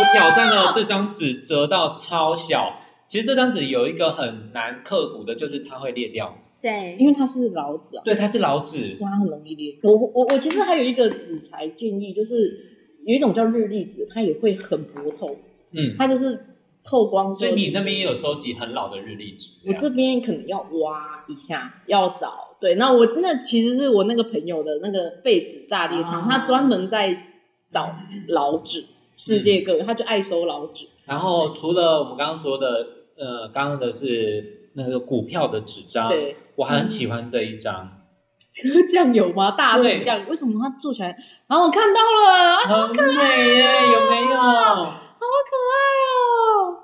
我挑战了这张纸折到超小。其实这张纸有一个很难克服的，就是它会裂掉。对，因为它是老子啊。对，它是老纸所以它很容易裂。我我我其实还有一个纸材建议，就是有一种叫日历纸，它也会很薄透，嗯，它就是透光之所后。以你那边也有收集很老的日历纸。啊我这边可能要挖一下，要找。对，那我那其实是我那个朋友的那个废纸炸裂厂，啊他专门在找老纸，世界各地，他就爱收老纸。然后除了我们刚刚说的，呃，刚刚的是那个股票的纸张， 对，我还很喜欢这一张，酱油吗？大对众酱油，为什么它做起来？然后我看到了，啊很美耶，有没有？好可爱哦、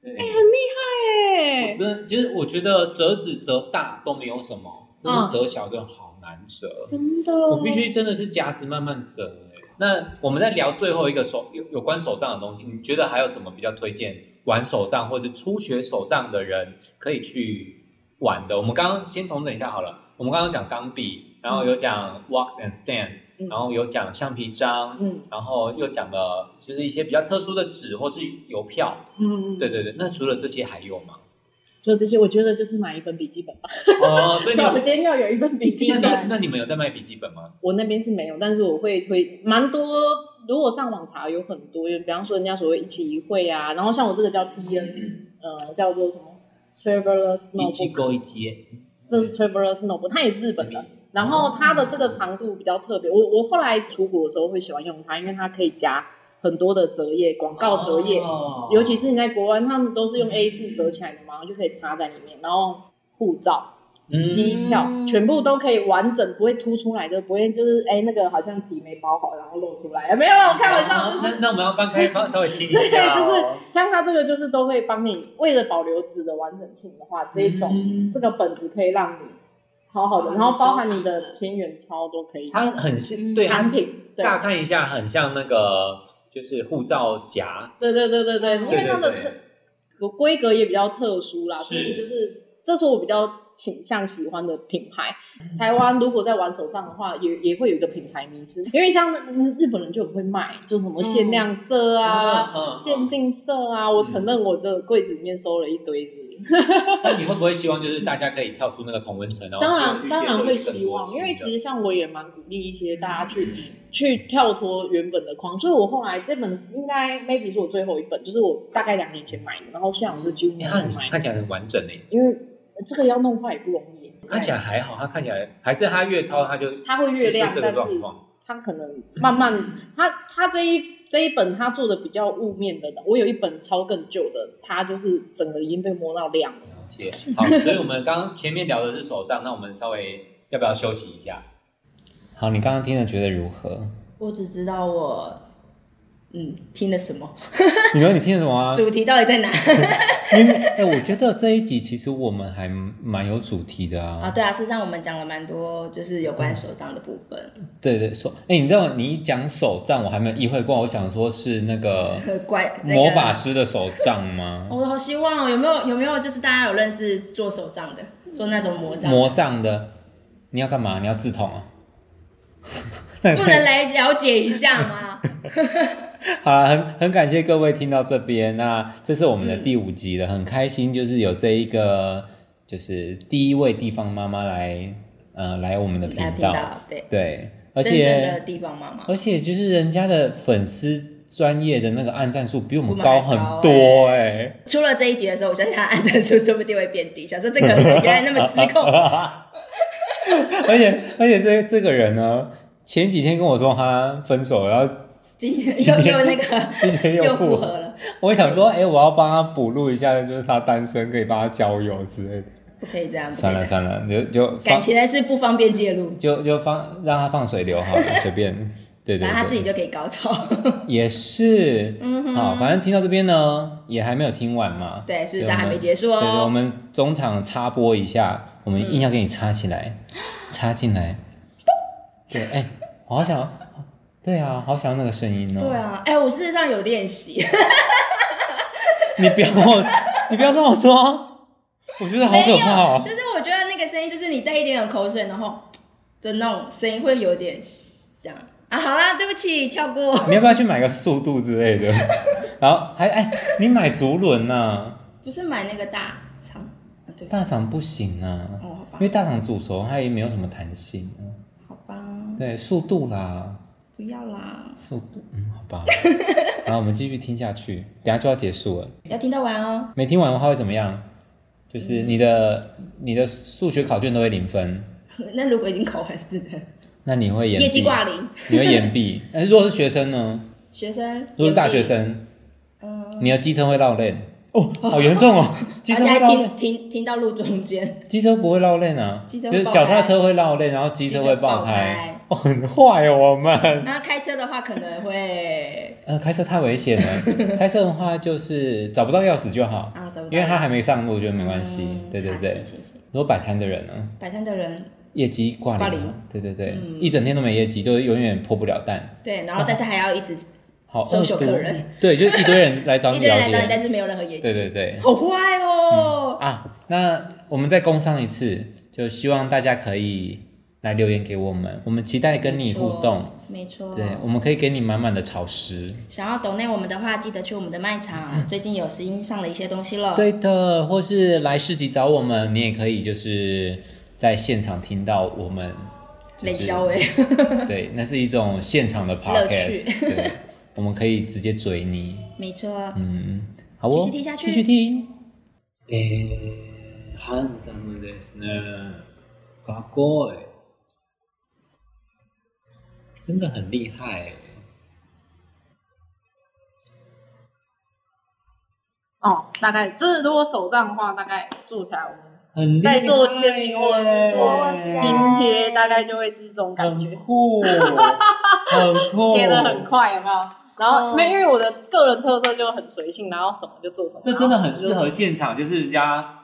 哎、对，很厉害哎、我真的就是我觉得折纸折大都没有什么，真嗯的折小就好难折。真的，哦我必须真的是夹子慢慢折、欸。哎那我们在聊最后一个手有有关手账的东西，你觉得还有什么比较推荐玩手账或是初学手账的人可以去玩的？我们刚刚先统整一下好了。我我们刚刚讲钢笔，然后有讲 walks and stand，、嗯然后有讲橡皮章，嗯然后又讲了就是一些比较特殊的纸或是邮票。嗯嗯，对。对对，那除了这些还有 吗？所以这些我觉得就是买一本笔记本吧，哦，所以 你首们先要有一本笔记那本。那那你们有在卖笔记本吗？我那边是没有，但是我会推蛮多。如果上网查有很多，就比方说人家所谓一期一会啊，然后像我这个叫 T N，呃，叫做什么 Travelers 嗯一机 Notebook，勾一阶，这是 Travelers Notebook，它也是日本的。然后它的这个长度比较特别，我我后来出国的时候会喜欢用它，因为它可以加很多的折页，广告折页，哦尤其是你在国外，他们都是用 A 4折起来的嘛，然后就可以插在里面，然后护照。嗯机票、嗯全部都可以完整，不会凸出来，就不会就是哎、那个好像皮没包好，然后露出来。哎没有啦，我开玩笑，啊就是那那我们要翻开稍微清一 对，下就是哦，像它这个就是都会帮你为了保留纸的完整性的话，这一种、嗯这个本子可以让你好好的，嗯然后包含你收的藏着千元钞都可以它很像嗯对它产品。对乍看一下很像那个就是护照夹，对对对对对，因为它的对对对特规格也比较特殊啦，是所以就是这是我比较倾向喜欢的品牌。台湾如果在玩手账的话，也也会有一个品牌迷失，因为像日本人就很会卖，就什么限量色啊、嗯限。定色啊。我承认我这柜子里面收了一堆日那你会不会希望就是大家可以跳出那个同温层，然后当试着然去当接然受会一些更希多望，新因的为嗯其实像我也蛮鼓励一些大家去去跳脱原本的框，所以我后来这本应该 maybe 是我最后一本，就是我大概两年前买的，然后现在我就几乎没因为有它很看买，起来很完整诶，因为这个要弄坏也不容易。看起来还好，它看起来还是它越超它就它会越亮就，这个但是状况。它可能慢慢，它它这一这一本它做的比较雾面的，我有一本超更旧的，它就是整个已经被摸到亮了。了解好，所以我们刚前面聊的是手账，那我们稍微要不要休息一下？好，你刚刚听了觉得如何？ 我只知道我嗯听了什么，你说你听了什么啊？主题到底在哪因为哎、我觉得这一集其实我们还蛮有主题的啊。啊？对啊，事实上我们讲了蛮多，就是有关手账的部分，对对手，哎、你知道你一讲手账，我还没有意会过，我想说是那个和怪 那个魔法师的手账 吗？我好希望哦，有没有有没有就是大家有认识做手账的，做那种魔杖，魔杖的，你要干嘛？你要自捅啊？ 不能来了解一下 吗？好啦，很很感谢各位听到这边，那这是我们的嗯第五集了，很开心，就是有这一个，就是第一位地方妈妈来，呃，来我们的频来频道，道对，对，而真正的且地方妈妈，而且就是人家的粉丝专业的那个按赞数比我们比我们高还很高欸多哎、出了这一集的时候，我相信他的按赞数说不定会变低，想说 这个人原来那么失控，欸而且而且这这个人呢，前几天跟我说他分手了，然后今又又那个今天又又复复合合，了，我想说，哎、我要帮他补录一下，就是他单身可以帮他交友之类的。不可以这样，不可以算了这算样了，就就放感情还是不方便介入，就就放让他放水流好了，随便。对对反正他自对，己就可以高潮。也是。嗯哼好，反正听到这边呢，也还没有听完嘛。对，事实对上我还们没结束对对，我哦。们中场插播一下，我们硬要给你插起来，嗯插进来。对，哎、我好想，对啊，好想要那个声音哦。对啊，哎，我事实上有 练习，你不要跟 我，你不要跟我说，我觉得好可怕哦就。是我觉得那个声音，就是你带一点点口水，然后的那种声音会有点像啊。好啦，对不起，跳过。你要不要去买个速度之类的？然后还哎，你买竹轮呐、不是买那个大肠啊，对不大起，肠不行啊，哦，好吧因为，大肠煮熟它也没有什么弹性啊。好吧，对，速度啦，不要啦，速度，嗯，好吧。然后我们继续听下去，等下就要结束了。要听到完哦。没听完的话会怎么样？嗯就是你的、你的数学考卷都会零分， 那如果已经考完试的，那你会业延绩毕，挂零，你会延 毕。那如果是学生呢？学生如果是大学，延生，毕嗯，你的机车会绕链哦，好严重 哦！机而车且会还绕停链，停停到路中间，机车不会绕链啊，机就车是会爆脚踏胎车会绕链，然后 机车会爆 机车爆胎哦，很坏哦，我 们。然后开车的话可能会 呃，开车太危险了，开车的话就是找不到钥匙就好，啊，找不到，因为他还没上路，我觉得没关系。嗯对对啊对行，行行，如果摆摊的人呢，摆摊的人业绩挂挂零零啊，对对对，嗯一整天都没业绩，都永远破不了蛋。对，然后但是还要一 直好恶 social 毒客人，对，就一堆人来找 一你堆聊人来找你，但天，是没有任何业绩，对对对，好坏哦。啊，那我们再工商一次，就希望大家可以来留言给我们，我们期待嗯跟你互动。没错，对，我们可以给你满满的潮湿。想要懂内我们的话，记得去我们的卖场，啊嗯最近有实音上了一些东西了。对的，或是来市集找我们，你也可以就是在现场听到我们、就是。冷笑哎，对，那是一种现场的 podcast。对，我们可以直接追你。 没错，嗯，好哦，继续听下去继续听。えー、ハンサムですね。かっこいい。真的很厉害欸。哦，大概就是如果手账的话，大概做起来我们很厉害在耶，做签名或者是做拼哇贴，大概就会是这种感很觉，酷，很酷，写的很，快，有没有？然后哦没有，因为我的个人特色就很随性，然后什么就做什么，这真的很然后什适么就做什合么。现场，就是人家。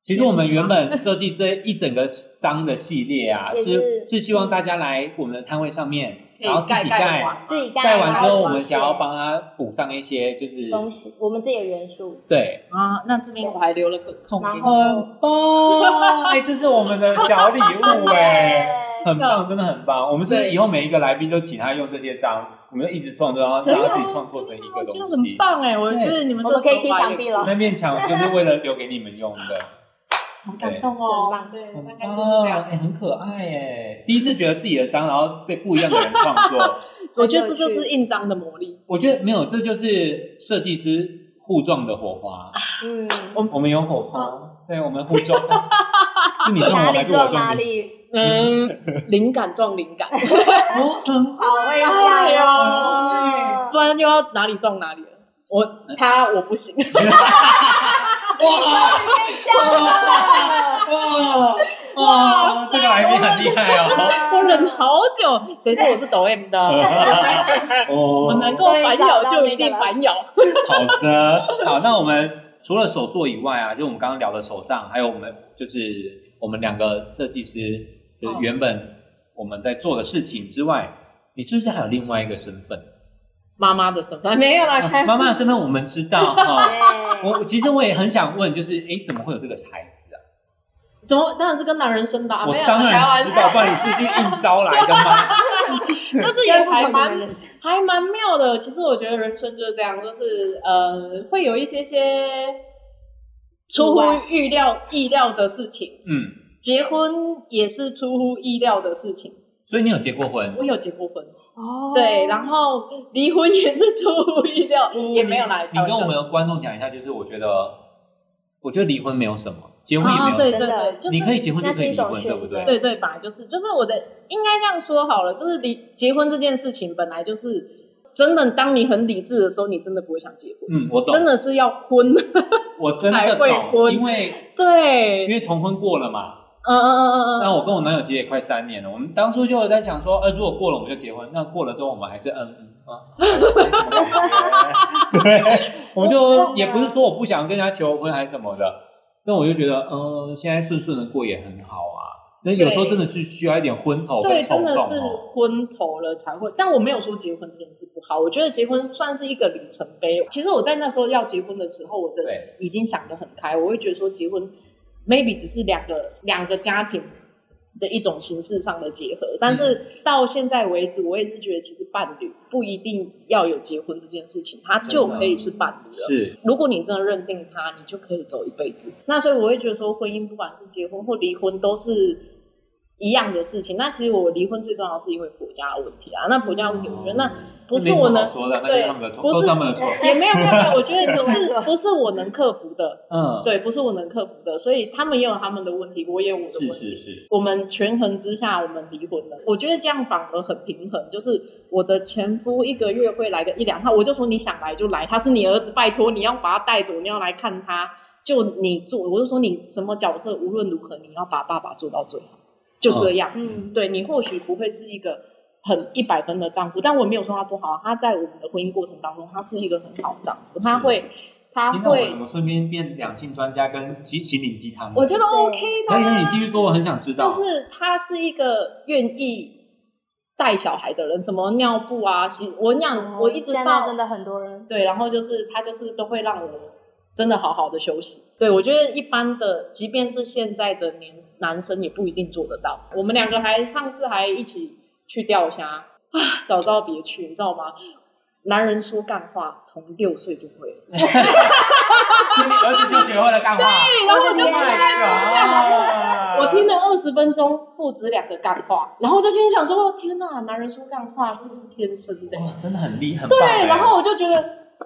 其实我们原本设计这一整个章的系列啊，也是是是希望大家来我们的摊位上面，可然后以自盖己盖盖，完，自己盖完之后我们想想要帮他补上一些，就是东西，我们自己的元素，对，啊，那这边我还留了个空给然你。后很棒，哎，这是我们的小礼 物哎，很棒，真的很棒。我们是不是对以后每一个来宾都请他用这些章，我们就一直创作，然后可以啊让他自己创作成一个我觉东得西很。棒哎，我对觉得你们我这个们可以手贴法墙也壁了。那面墙就是为了留给你们用的，好感动哦，很 棒对很大概就是棒这，样。哎，很可爱哎。第一次觉得自己的章，然后被不一样的人创 作，我觉得这就是印章的魔力。我觉得没有，这就是设计师互撞的火花。嗯，我们有火花，对，我们互 撞，是你撞我哦哪还里是我撞哪撞你？里， 嗯，灵感撞灵感，哦，很好会哎呦呀不！然又要哪里撞哪里了。我他我不行，啊哇哇哇哇！这个来宾很厉害哦。我忍好久。谁说我是抖 M 的？哦，我能够反咬就一定反咬。好的，好，那我们除了手作以外啊，就我们刚刚聊的手账，还有我们就是我们两个设计师，就是原本我们在做的事情之外，你是不是还有另外一个身份？妈妈的身份没有啦，开啊妈妈的身份我们知道哈。 对我其实我也很想问，就是诶，怎么会有这个孩子啊？怎么当然是跟男人生的啊，我没有当开然玩知道，笑，不然你是去应招来的 吗？就是也还不同的蛮 男人还蛮妙的。其实我觉得人生就是这样，就是呃，会有一些些出乎意外预料意料的事情。嗯，结婚也是出乎意料的事情。所以你有结过婚我？有结过婚，哦，对，然后离婚也是出乎意料，也没有来。哦你跟我们的观众讲一下，就是我觉得，我觉得离婚没有什么，结婚也没啊，有对什么，对哦真的对，就是你可以结婚就可以离那婚，是一对种不选择对？对对，本来就是，就是我的应该这样说好了，就是离结婚这件事情本来就是真的，当你很理智的时候，你真的不会想结婚，嗯，我懂，真的是要婚。 我真的才会懂，婚因为对，因为同婚过了嘛。嗯嗯嗯嗯那嗯，我跟我男友其实也快三年了，我们当初就有在想说，呃，如果过了我们就结婚，那过了之后我们还是嗯嗯啊，没什么感觉对， 我们就也不是说我不想跟人家求婚还是什么的，那我就觉得，呃，现在顺顺的过也很好啊。那有时候对真的是需要一点昏头跟对，冲真动的是哦。昏头了才会。但我没有说结婚这件事不好，我觉得结婚算是一个里程碑。其实我在那时候要结婚的时候，我的对已经想得很开，我会觉得说结婚 maybe 只是两个两个家庭。的一种形式上的结合，但嗯是到现在为止，我也是觉得其实伴侣不一定要有结婚这件事情，它就真的可以是伴侣了。是，如果你真的认定他，你就可以走一辈子。那所以我会觉得说，婚姻不管是结婚或离婚，都是一样的事情。那其实我离婚最重要是因为婆家的问题啊。那婆家的问题，我觉得那不是没什么我好能说嗯的，那就是对他们的错，不都是是他们的 错。也没有没有没有，我 觉得不没是错不是我能克服的，嗯，对，不是我能克服的。所以他们也有他们的问题，我也有我的问是题。是是，我们权衡之下，我们离婚了。我觉得这样反而很平衡，就是我的前夫一个月会来个一两趟，我就说你想来就来，他是你儿子，拜托你要把他带走，你要来看他，就你做，我就说你什么角色，无论如何你要把爸爸做到最好，就这样。哦嗯，对你或许不会是一个很一百分的丈夫，但我没有说他不好，他在我们的婚姻过程当中，他是一个很好的丈夫，他是会，他听到我会怎，么顺便变两性专家跟心心灵鸡汤了？我觉得对 OK 的可啊、以，那你继续说，我很想知道。就是他是一个愿意带小孩的人，什么尿布啊、洗我那样，我一直哦现在到真的很多人对，然后就是他就是都会让我真的好好的休息。对我觉得一般的，即便是现在的年男生也不一定做得到。我们两个还上次还一起去钓虾啊，早知道别去，你知道吗？男人说干话，从六岁就会了。 你儿子就学会了干话，对，然后我就我坐的天在啊车上，哇我听了二十分钟，不止两个干话，然后我就心想说：天哪，男人说干话是不是天生的？哇，真的很厉害，很棒哎对，然后我就觉得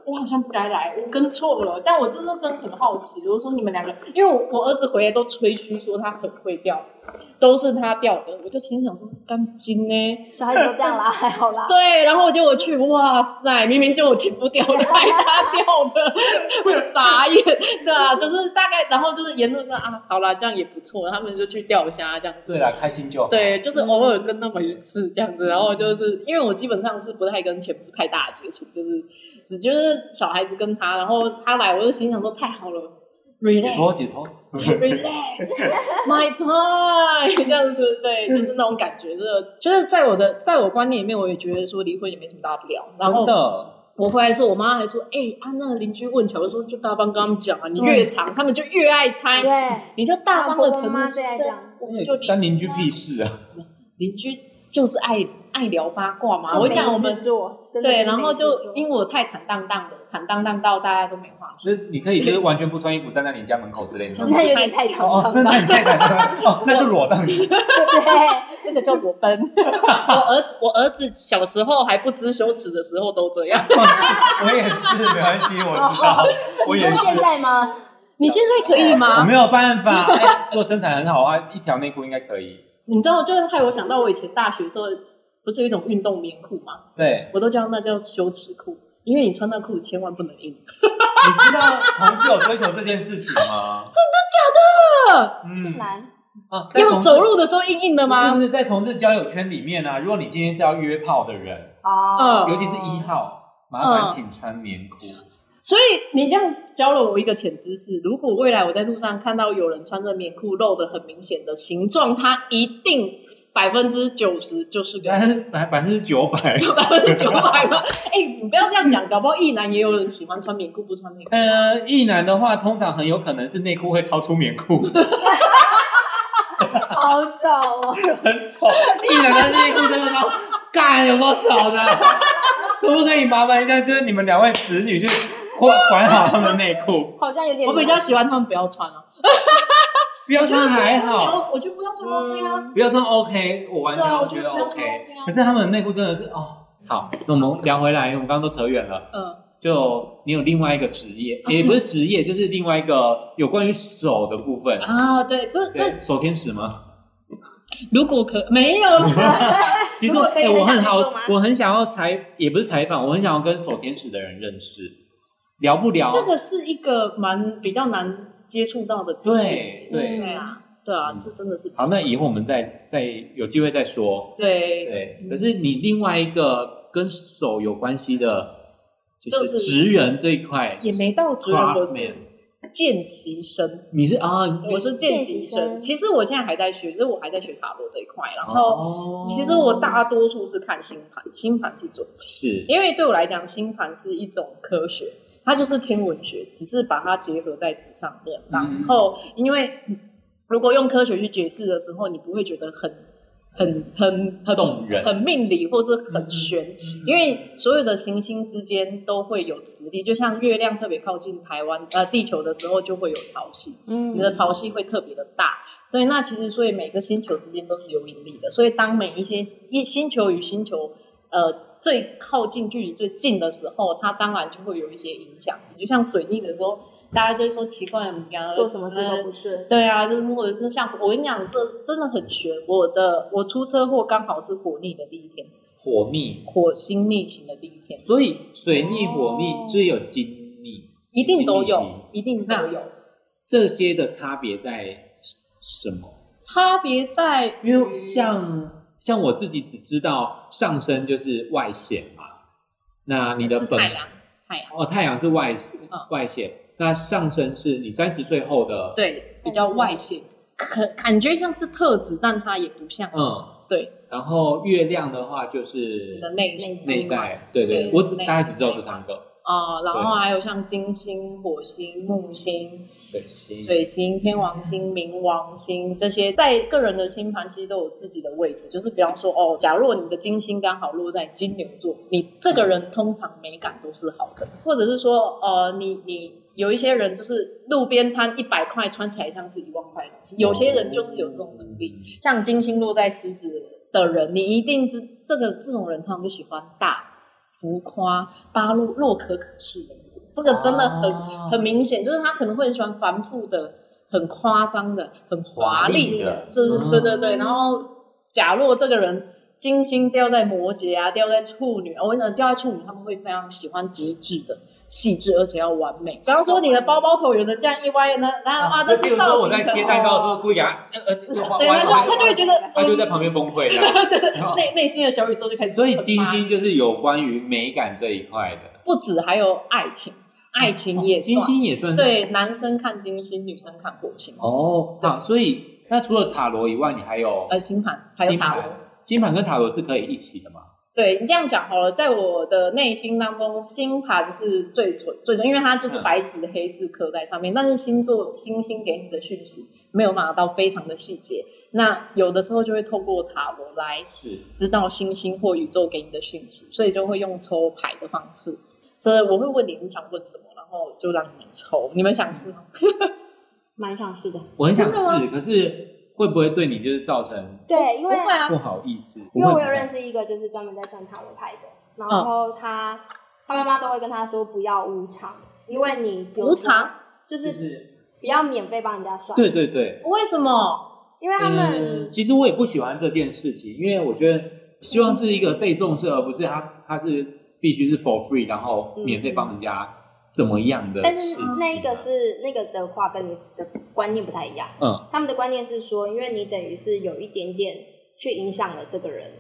我好像不该来，我跟错了。但我就是真的很好奇，我说你们两个，因为我我儿子回来都吹嘘说他很会钓，都是他钓的，我就心想说干金呢。小孩子都这 样啦，还好啦。对，然后我就我去，哇塞，明明就我亲不掉，还他掉的，我傻眼。对啊，就是大概，然后就是言论上啊，好啦，这样也不错，他们就去钓虾这样子。对啦，开心就好，对，就是偶尔跟那么一次这样子，然后就是因为我基本上是不太跟前夫太大的接触，就是只就是小孩子跟他，然后他来，我就心想说太好了几头，relax 几头， relax my time 这样子，对，就是那种感觉，真的，就是在我的在我观念里面，我也觉得说离婚也没什么大不了。然真后的，我回来的时候，我妈还说，哎、啊，那邻居问起来，我说就大方跟他们讲啊，你越长，他们就越爱猜，对，你就大方我的妈承妈认，最爱这样，我们就离干邻居婚啊屁事啊，邻居就是爱爱聊八卦嘛。就我没讲我事们做，真的对，是然没后事就做因为我太坦荡荡的，坦荡荡到大家都没话说。所以你可以就是完全不穿衣服站在你家门口之类 的像吗。那有点太唐 哦，那突了，那你太难了， 哦，那是裸的，对，那个叫裸奔。我儿子，我儿子小时候还不知羞耻的时候都这样。 我也是，没关系，我知哦道， 我你也说是现。在吗？ 你现在可以我吗？没有办法，哎如果身材很好的话，一条内裤应该可以。你知道，就是害我想到我以前大学时候，不是有一种运动棉裤吗？对，我都叫那叫羞耻裤，因为你穿那裤千万不能硬。你知道同志有追求这件事情吗？ 真的假嗯难，啊，的？在要同志走路的时候硬硬的不是不吗？是在同志交友圈里面啊？如果你今天是要约炮的人，哦，尤其是一号，麻烦嗯请穿棉裤。所以你这样教了我一个潜知识：如果未来我在路上看到有人穿着棉裤露的很明显的形状，它一定百分之九十就是个百 分百百分之九百，百分之九百吗？哎、你不要这样讲，搞不好一男也有人喜欢穿棉裤不穿内裤。呃，一男的话，通常很有可能是内裤会超出棉裤，好早哦，很丑。一男的内裤真的超干，有多丑的？可不可以麻烦一下，就是你们两位子女去管管好他们内裤，好像有点我比较喜欢他们不要穿 啊，不要穿还好，，我觉得不要穿 OK 啊。不要穿 OK，我完对啊，全我不觉觉得得不要 OK 穿。OK 啊可。是他们的内裤真的是哦，好，那我们聊回来，我们刚刚都扯远了。嗯，就你有另外一个职业，哦也不是职业，就是另外一个有关于手的部分。啊，对，这这对，手天使吗？如果可没有啦， 其实如我果可以哎，我很好很想做吗，我很想要采，也不是采访，我很想要跟手天使的人认识，聊不聊？这个是一个蛮比较难接触到的职业。对对。对啊，对啊，嗯这真的是好，那以后我们再再有机会再说。对对，嗯可是你另外一个跟手有关系的，就就是是职人这一块，也没到职人，Craftman 我是见习生，你是啊，我是嗯见习见习生。生其实我现在还在学，就是我还在学塔罗这一块。然后，哦，其实我大多数是看星盘，星盘是准的，是因为对我来讲，星盘是一种科学，它就是天文学，只是把它结合在纸上面。嗯然后，因为如果用科学去解释的时候，你不会觉得很、很、很、很动人嗯很命理，或是很玄，因为所有的行星之间都会有磁力，就像月亮特别靠近台湾呃地球的时候，就会有潮汐，嗯你的潮汐会特别的大。对，那其实所以每个星球之间都是有引力的，所以当每一些一星球与星球呃最靠近距离最近的时候，它当然就会有一些影响。就像水逆的时候，大家就会说奇怪，你刚刚做什么事都不顺，对啊，就是或者是像我跟你讲，这真的很玄。我的我出车祸刚好是火逆的第一天，火逆，火星逆行的第一天，所以水逆、火逆只有金逆，哦一定都金有逆行，一定都有。这些的差别在什么？差别在因为像像我自己只知道上升就是外显嘛，那你的是本太阳，太阳哦太阳是外显嗯外显，那上升是你三十岁后的，对比嗯较外显，可感觉像是特质，但它也不像嗯对，然后月亮的话就是你的内内心心内在，对对，对我只内大概心只知道这三个，啊、然后还有像金星、火星、木星、水星水星、天王星、冥王星这些，在个人的星盘其实都有自己的位置。就是比方说，哦，假若你的金星刚好落在金牛座，你这个人通常美感都是好的，或者是说，呃，你你有一些人就是路边摊一百块穿起来像是一万块的东西，有些人就是有这种能力。像金星落在狮子的人，你一定知这个这种人通常就喜欢大浮夸、八路洛可可式的人，这个真的很、哦很明显，就是他可能会很喜欢繁复的、很夸张的、很华华丽丽的就是对对对。然后，假若这个人金星掉在摩羯啊，掉在处女，哦，那掉在处女，他们会非常喜欢极致的。细致而且要完美。比方说你的包包头有的这样一歪，那那啊，那那比是如造说型我的在切哦蛋糕的时候故意给他，呃呃，就画对，歪他就歪他就会觉得，他就嗯在旁边崩溃 了。然后内内心的小宇宙就开 始。所以金星就是有关于美感这一块的，不止还有爱情，爱情也算。哦金星也算是对，男生看金星，女生看火星。哦。好，所以那除了塔罗以外，你还有呃，星盘还有星塔罗盘，，星盘跟塔罗是可以一起的嘛？对你这样讲好了，在我的内心当中，星盘是最准最准，因为它就是嗯白纸黑字刻在上面。但是星座星星给你的讯息没有办法到非常的细节，那有的时候就会透过塔罗来是知道星星或宇宙给你的讯息，所以就会用抽牌的方式。所以我会问你你想问什么，然后就让你们抽。你们想试吗？蛮想试的。我很想试，可是会不会对你就是造成对，因不为会啊不，好意思？因为我有不会认识一个就是专门在算塔罗牌的，然后他、他妈妈都会跟他说不要无偿，因为你有无偿？就就是是不要免费帮人家算，对对对，为什么？因为他们、嗯，其实我也不喜欢这件事情，因为我觉得希望是一个被重视，而不是他他是必须是 for free，然后免费帮人家怎么样的但事是情。那个是那个的话跟你的观念不太一样，嗯，他们的观念是说，因为你等于是有一点点去影响了这个人，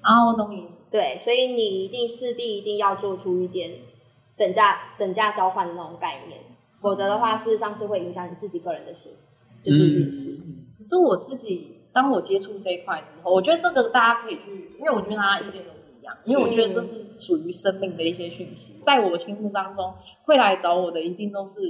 啊，我懂你意思。对，所以你一定势必一定要做出一点等价等价交换的那种概念，否则的话，事实上是会影响你自己个人的心，就是嗯运势。嗯可是我自己，当我接触这一块之后，我觉得这个大家可以去，因为我觉得大家意见都不一样，因为我觉得这是属于生命的一些讯息，在我心目当中会来找我的，一定都是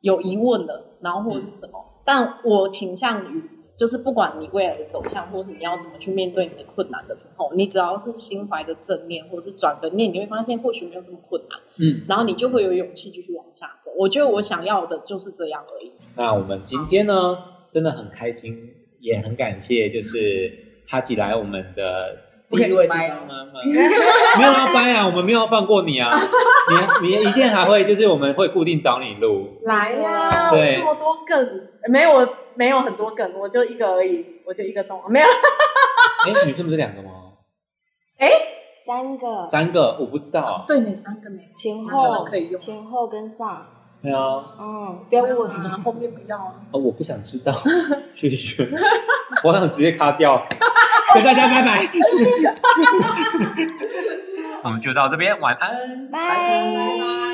有疑问的，然后或者是什么，但我倾向于。就是不管你未来的走向，或是你要怎么去面对你的困难的时候，你只要是心怀的正念，或是转个念，你会发现或许没有这么困难，嗯，然后你就会有勇气继续往下走。我觉得我想要的就是这样而已。那我们今天呢，真的很开心，也很感谢，就是哈吉来我们的第一位地哦方 妈妈，没有要掰啊，我们没有要放过你啊，你你一定还会，就是我们会固定找你录，来呀、我对这么多梗，没有我没有很多梗，我就一个而已，我就一个洞，没有。哎，女生不是两个吗？三个三个，我不知道，对，哪三个呢？前三个都后可以用，前后跟上，对啊。嗯，不要 问我，啊，后面不要啊。哦，我不想知道， 去去， 我想直接卡掉，跟大家拜拜。 我们就到这边，晚安，拜拜。